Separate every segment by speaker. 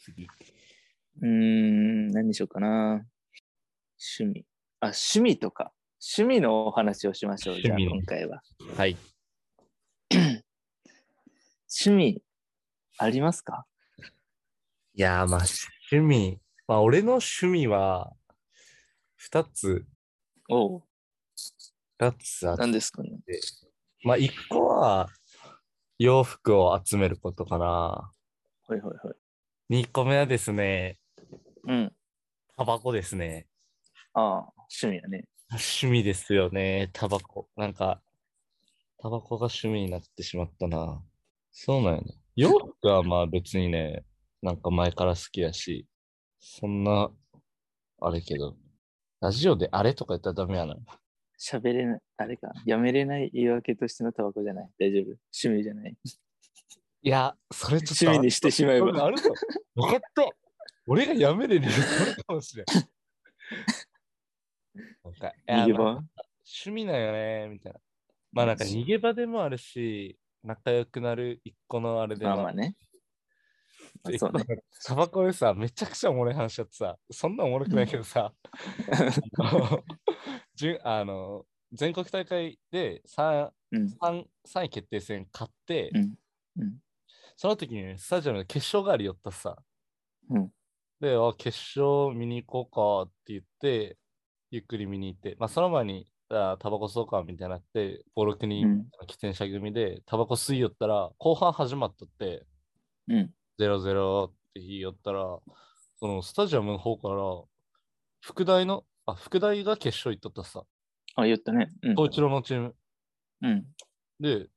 Speaker 1: 次。
Speaker 2: うーん、何にしようかな。趣味。あ、趣味とか。趣味のお話をしましょう。じゃあ、
Speaker 1: 趣味の
Speaker 2: 今回は。
Speaker 1: はい。
Speaker 2: 趣味、ありますか
Speaker 1: いやー、まあ、趣味。まあ、俺の趣味は、二つ、
Speaker 2: おう、
Speaker 1: 二つあって
Speaker 2: 何ですかね。
Speaker 1: まあ、一個は、洋服を集めることかな。
Speaker 2: はいはいはい。
Speaker 1: 二個目はですね、
Speaker 2: うん。
Speaker 1: タバコですね。
Speaker 2: ああ、趣味だね。
Speaker 1: 趣味ですよね、タバコ。なんか、タバコが趣味になってしまったな。そうなんやね。洋服はまあ別にね、なんか前から好きやし、そんな、あれけど、ラジオであれとか言ったらダメやな。
Speaker 2: 喋れない、あれか。やめれない言い訳としてのタバコじゃない。大丈夫。趣味じゃない。
Speaker 1: いや、それちょっ
Speaker 2: 趣
Speaker 1: と。
Speaker 2: 味にしてしま え
Speaker 1: そんな
Speaker 2: ば。
Speaker 1: あるぞ。分かった。俺がやめれる理由それかもしれん。なんか、いや
Speaker 2: 逃げ
Speaker 1: まあ
Speaker 2: 場
Speaker 1: 趣味だよね、みたいな。まあなんか逃げ場でもあるし、仲良くなる一個のあれで
Speaker 2: まあ
Speaker 1: もあ
Speaker 2: まあ
Speaker 1: る
Speaker 2: ね。まあ
Speaker 1: 一
Speaker 2: そ
Speaker 1: 個
Speaker 2: う
Speaker 1: の
Speaker 2: ね。
Speaker 1: タバコでさ、めちゃくちゃおもろい話やってさ、そんなおもろくないけど さ、あのじゅあの全国大会で 3,
Speaker 2: うん。
Speaker 1: 3, 3位決定戦勝って、
Speaker 2: うんうん
Speaker 1: その時にね、スタジアムで決勝がありよったさ。
Speaker 2: うん
Speaker 1: で、あ、決勝見に行こうかって言って、ゆっくり見に行って、まあ、その前に、あタバコ吸おうかみたいになって、5、6
Speaker 2: う
Speaker 1: 人、
Speaker 2: ん。
Speaker 1: 喫煙者組で、タバコ吸いよったら、後半始まっとって、
Speaker 2: うん。
Speaker 1: 00って言いよったら、そのスタジアムの方から、副大の、あ、副大が決勝行っとったさ、
Speaker 2: あ、言ったね。うん。
Speaker 1: こ一郎のチーム。
Speaker 2: うん。
Speaker 1: で、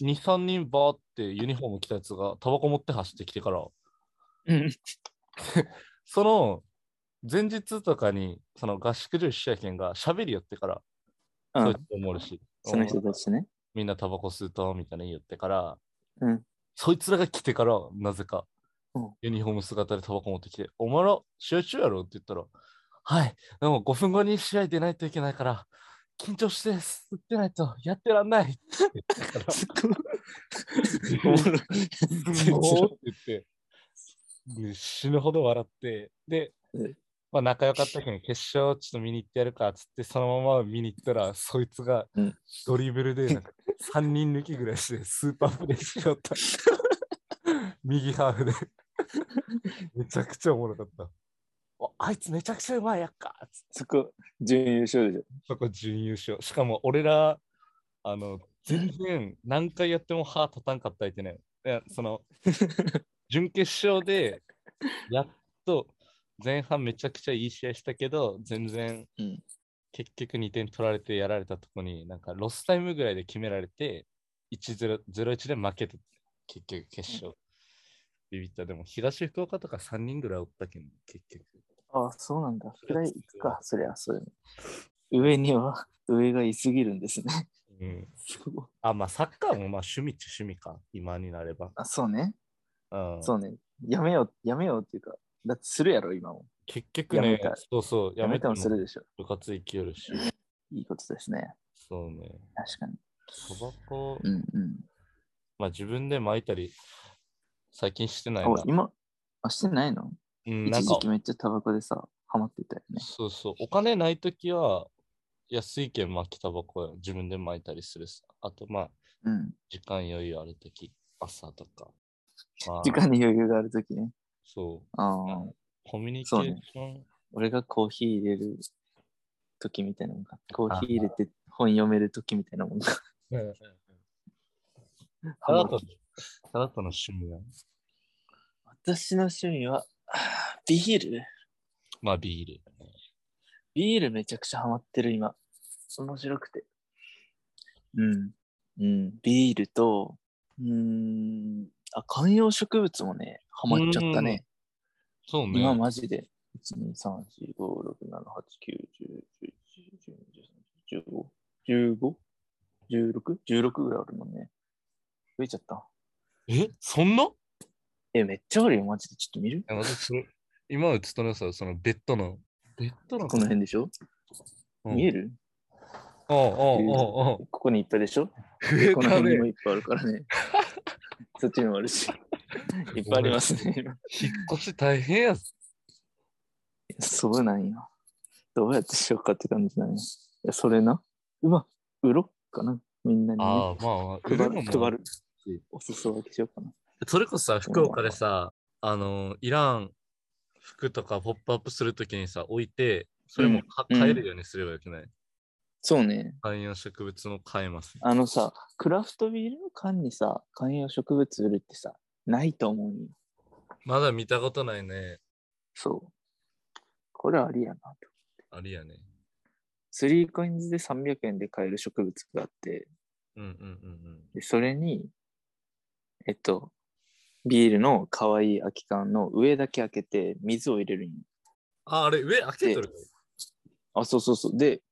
Speaker 1: 2、3人バーってユニフォーム着たやつがタバコ持って走ってきてから、
Speaker 2: うん。
Speaker 1: その前日とかにその合宿所一緒やけんが喋りよってから、
Speaker 2: う
Speaker 1: そい
Speaker 2: ん
Speaker 1: つ思うし、
Speaker 2: その人たちね。
Speaker 1: みんなタバコ吸うとみたいな言いよってから、
Speaker 2: うん
Speaker 1: そいつらが来てからなぜか、
Speaker 2: うん
Speaker 1: ユニフォーム姿でタバコ持ってきて、お前ら試合中やろって言ったら、はい、でも5分後に試合出ないといけないから、緊張して吸ってないとやってらんないって言ってから
Speaker 2: すっごい。おもろい
Speaker 1: すごーって言って、で死ぬほど笑って、で
Speaker 2: うん、
Speaker 1: まあ、仲良かったけど、決勝ちょっと見に行ってやるかっつって、そのまま見に行ったら、そいつが
Speaker 2: うん
Speaker 1: ドリブルでなんか3人抜きぐらいして、スーパープレイしよった。右ハーフで。めちゃくちゃおもろかった。おあいつめちゃくちゃうまいやっかっつって
Speaker 2: そこ、準優勝でしょ。
Speaker 1: そこ準優勝。しかも俺ら、あの、全然何回やっても歯立たんかった相手ね。いや、その、準決勝で、やっと前半めちゃくちゃいい試合したけど、全然
Speaker 2: うん、
Speaker 1: 結局2点取られてやられたとこに、なんかロスタイムぐらいで決められて、1-0 0-1で負けた。結局決勝。ビビった。でも東福岡とか3人ぐらいおったけん、結局。
Speaker 2: ああ、そうなんだ。フライ行くか、そりゃ、そういうの。上には、上がいすぎるんですね。
Speaker 1: うん。
Speaker 2: そう
Speaker 1: あ、まあサッカーもまあ趣味っちゃ趣味か。今になれば。
Speaker 2: あ、そうね。
Speaker 1: うん
Speaker 2: そうね。やめよう、やめようっていうか、だってするやろ、今も。
Speaker 1: 結局
Speaker 2: や
Speaker 1: ね
Speaker 2: めた、
Speaker 1: そうそう、
Speaker 2: や
Speaker 1: や
Speaker 2: め
Speaker 1: め
Speaker 2: て
Speaker 1: ても
Speaker 2: もするでしょ。
Speaker 1: 部活生きよるし、
Speaker 2: いいことですね。
Speaker 1: そうね、
Speaker 2: 確かに。
Speaker 1: タバコ、
Speaker 2: うんうん。
Speaker 1: まあ自分で巻いたり、最近してない
Speaker 2: お
Speaker 1: な。
Speaker 2: 今、あ、してないの
Speaker 1: うん、な
Speaker 2: 一
Speaker 1: ん
Speaker 2: 時
Speaker 1: か
Speaker 2: 期、めっちゃタバコでさ、ハマってたよね。
Speaker 1: そうそう、お金ないときは、安いけん巻きタバコや自分で巻いたりするさ。あと、まあ、
Speaker 2: うん。
Speaker 1: 時間余裕あるとき、朝とか。まあ
Speaker 2: 時間に余裕があるときね。
Speaker 1: そう、
Speaker 2: ああ
Speaker 1: う。コミュニケ
Speaker 2: そう
Speaker 1: ー
Speaker 2: ね
Speaker 1: ション、
Speaker 2: 俺がコーヒー入れる時みたいなもんか。コーヒー入れて本読める時みたいなもんか。
Speaker 1: あなたの、あなたの趣味は、
Speaker 2: 私の趣味は、あービール。
Speaker 1: まあビール。
Speaker 2: ビールめちゃくちゃハマってる今。面白くて。うん。うん。ビールと、うーん。あ、観葉植物もね、ハマっちゃったね。
Speaker 1: そうね。
Speaker 2: 今マジで、1、2、3、4、5、6、7、8、9、10、11、12、13、14、15、15、16?16 ぐらいあるもんね。増えちゃった。
Speaker 1: え、そんな
Speaker 2: え、めっちゃあるよ、マジで。ちょっと見る
Speaker 1: いや私それ、今映ったのはさ、そのベッドの。ベッドの
Speaker 2: この辺でしょ、
Speaker 1: うん
Speaker 2: 見える
Speaker 1: おうおうおうおう
Speaker 2: ここにいっぱいでしょ
Speaker 1: 増え
Speaker 2: この
Speaker 1: た
Speaker 2: 辺に も
Speaker 1: ね。
Speaker 2: いっぱいあるからね。そっちにもあるし。いっぱいありますね。今
Speaker 1: 引っ越し大変やぞ。
Speaker 2: そうなんよ。どうやってしようかって感じだね。いやそれな。うわ、売ろっかな。みんなに、ね。
Speaker 1: ああ、まあ、まあ、売る
Speaker 2: 配
Speaker 1: の
Speaker 2: る、
Speaker 1: も
Speaker 2: 配る。おすそ分けしようかな。
Speaker 1: それこそさ、福岡でさ、あの、いらん服とかポップアップするときにさ、置いて、それもか
Speaker 2: うん
Speaker 1: 買えるようにすればよくない、
Speaker 2: そうね。
Speaker 1: 観葉植物も買えます。
Speaker 2: あのさ、クラフトビールの缶にさ、観葉植物売るってさ、ないと思うんよ。
Speaker 1: まだ見たことないね。
Speaker 2: そう。これありやなと。
Speaker 1: ありやね。
Speaker 2: スリーコインズで300円で買える植物があって、
Speaker 1: うんうんうん
Speaker 2: でそれに、えっと、ビールの可愛い空き缶の上だけ開けて水を入れるんよ
Speaker 1: あ、あれ、上開けとる。
Speaker 2: あ、そうそうそう。で、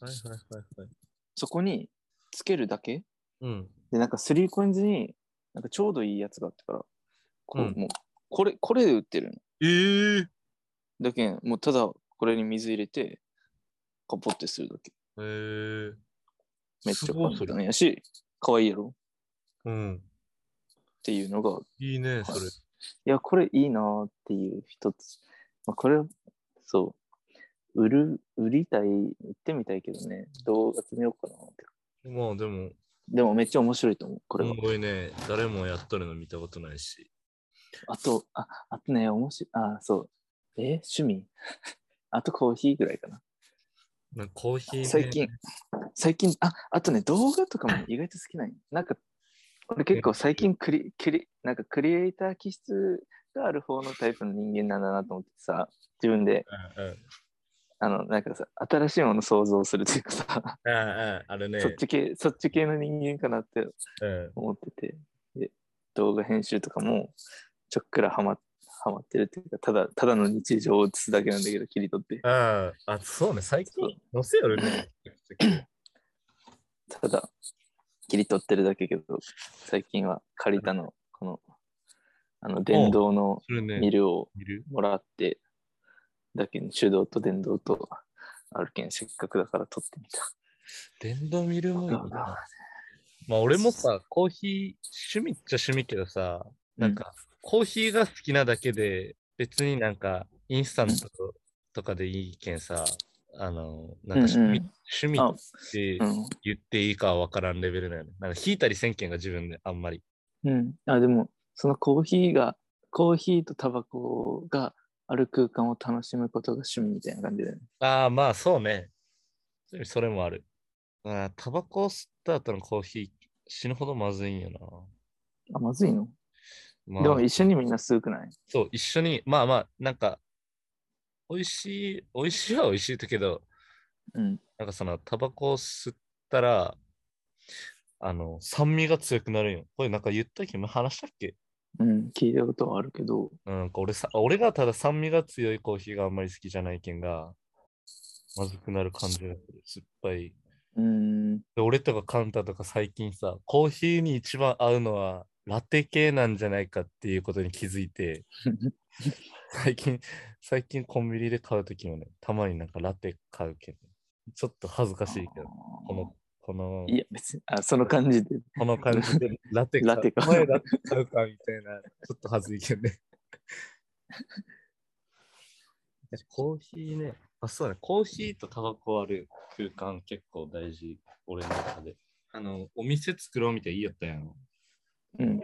Speaker 1: はいはいはいはい。
Speaker 2: そこにつけるだけ
Speaker 1: うん。
Speaker 2: で、なんかスリーコインズになんかちょうどいいやつがあったから、こう、
Speaker 1: うん
Speaker 2: もう、これ、これで売ってるの。
Speaker 1: ええ
Speaker 2: だけんもうただこれに水入れて、カポってするだけ。
Speaker 1: えー、
Speaker 2: めっち
Speaker 1: す
Speaker 2: ゃ
Speaker 1: ごいそれ
Speaker 2: 簡単やし、可愛いやろ
Speaker 1: うん。
Speaker 2: っていうのが
Speaker 1: いいね、それ
Speaker 2: はい。いや、これいいなーっていう一つ。まあ、これ、そう、売る、売りたい、売ってみたいけどね、どう集めようかなって。
Speaker 1: まあでも、
Speaker 2: でもめっちゃ面白いと思う、こ
Speaker 1: す
Speaker 2: れは。
Speaker 1: ごいね、誰もやっとるの見たことないし。
Speaker 2: あと、あ、あとね、面白い、あ、そう。え、趣味 あとコーヒーぐらいかな。
Speaker 1: なんかコーヒー、ね、
Speaker 2: 最近、最近、あ、あとね、動画とかも意外と好きなんよなんか、俺結構最近クリ、クリ、なんかクリエイター気質がある方のタイプの人間なんだなと思ってさ、自分で、
Speaker 1: うんうん。
Speaker 2: あの、なんかさ、新しいもの想像するというかさ、
Speaker 1: うんうん、あれね。
Speaker 2: そっち系、そっち系の人間かなって
Speaker 1: うん。
Speaker 2: 思ってて、で動画編集とかもちょっくらはまはまってるっていうか、ただ、ただの日常を映すだけなんだけど、切り取って。
Speaker 1: ああ、あそうね、最近、載せ よるね。
Speaker 2: ただ、切り取ってるだけけど、最近は借りたの、この、あの、電動の
Speaker 1: それ
Speaker 2: ミ
Speaker 1: ね、
Speaker 2: ルを
Speaker 1: 見る
Speaker 2: もらって、だけに手動と電動とあるけん、せっかくだから撮ってみた。
Speaker 1: 電動見るもん
Speaker 2: そう
Speaker 1: な
Speaker 2: だ。
Speaker 1: まあ、俺もさ、コーヒー、趣味っちゃ趣味けどさ、なんか、コーヒーが好きなだけで、別になんか、インスタントとかでいいけんさ、あの、なんか趣味、
Speaker 2: うんうん
Speaker 1: 趣味って
Speaker 2: うん。
Speaker 1: 言っていいかは分からんレベルだよね。なんか、引いたりせんけんが自分であんまり。
Speaker 2: うん。あ、でも、そのコーヒーが、コーヒーとタバコがある空間を楽しむことが趣味みたいな感じだよね。
Speaker 1: ああ、まあそうね。それもある。あータバコを吸った後のコーヒー死ぬほどまずいんよ
Speaker 2: あ、まずいの、
Speaker 1: な。ま
Speaker 2: で
Speaker 1: あ
Speaker 2: も、一緒にみんな吸うくない
Speaker 1: そう、一緒に、まあまあ、なんか、美味しい、美味しいは美味しいだけど、
Speaker 2: うん。
Speaker 1: なんかその、タバコを吸ったら、あの、酸味が強くなるんよ。これなんか言ったっけ前話したっけ
Speaker 2: うん。聞いたことはあるけど、
Speaker 1: うんなんか俺さ、俺がただ酸味が強いコーヒーがあんまり好きじゃないけんが、まずくなる感じがする。酸っぱい。
Speaker 2: うん。
Speaker 1: で俺とかカンタとか最近さ、コーヒーに一番合うのはラテ系なんじゃないかっていうことに気づいて、最近、最近コンビニで買うときもね、たまになんかラテ買うけど、ちょっと恥ずかしいけど、この、この、
Speaker 2: いや、別に、あ、その感じで。
Speaker 1: この感じでラテ買う。
Speaker 2: ラテ買う
Speaker 1: お前ラテ買うかみたいな、ちょっと恥ずいけどね。コーヒーね、あ、そうだね、コーヒーとタバコある空間結構大事、俺の中で。あの、お店作ろうみたいに言いよったやん。
Speaker 2: うん。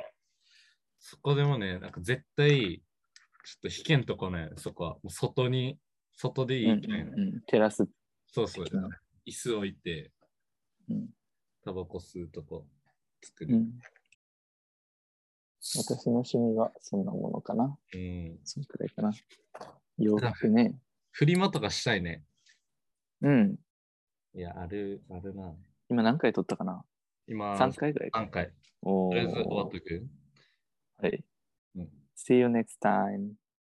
Speaker 1: そこでもね、なんか絶対、ちょっと引けんとこね、そこは。もう外に、外でい
Speaker 2: うん
Speaker 1: い、
Speaker 2: うんうん。テラス。
Speaker 1: そうそう
Speaker 2: うん。
Speaker 1: 椅子置いて、
Speaker 2: うん。
Speaker 1: タバコ吸うとこ作
Speaker 2: う
Speaker 1: る。
Speaker 2: ん。私の趣味はそんなものかな。
Speaker 1: うん。
Speaker 2: そのくらいかな。洋服ね。
Speaker 1: フリマとかしたいね。
Speaker 2: うん。
Speaker 1: いや、ある、あるな。
Speaker 2: 今何回撮ったかな
Speaker 1: 今、
Speaker 2: ?3 回ぐらいかな。
Speaker 1: 3回。
Speaker 2: お
Speaker 1: とりあえず終わ
Speaker 2: ー
Speaker 1: っとく。
Speaker 2: はい。
Speaker 1: うん
Speaker 2: See you next time.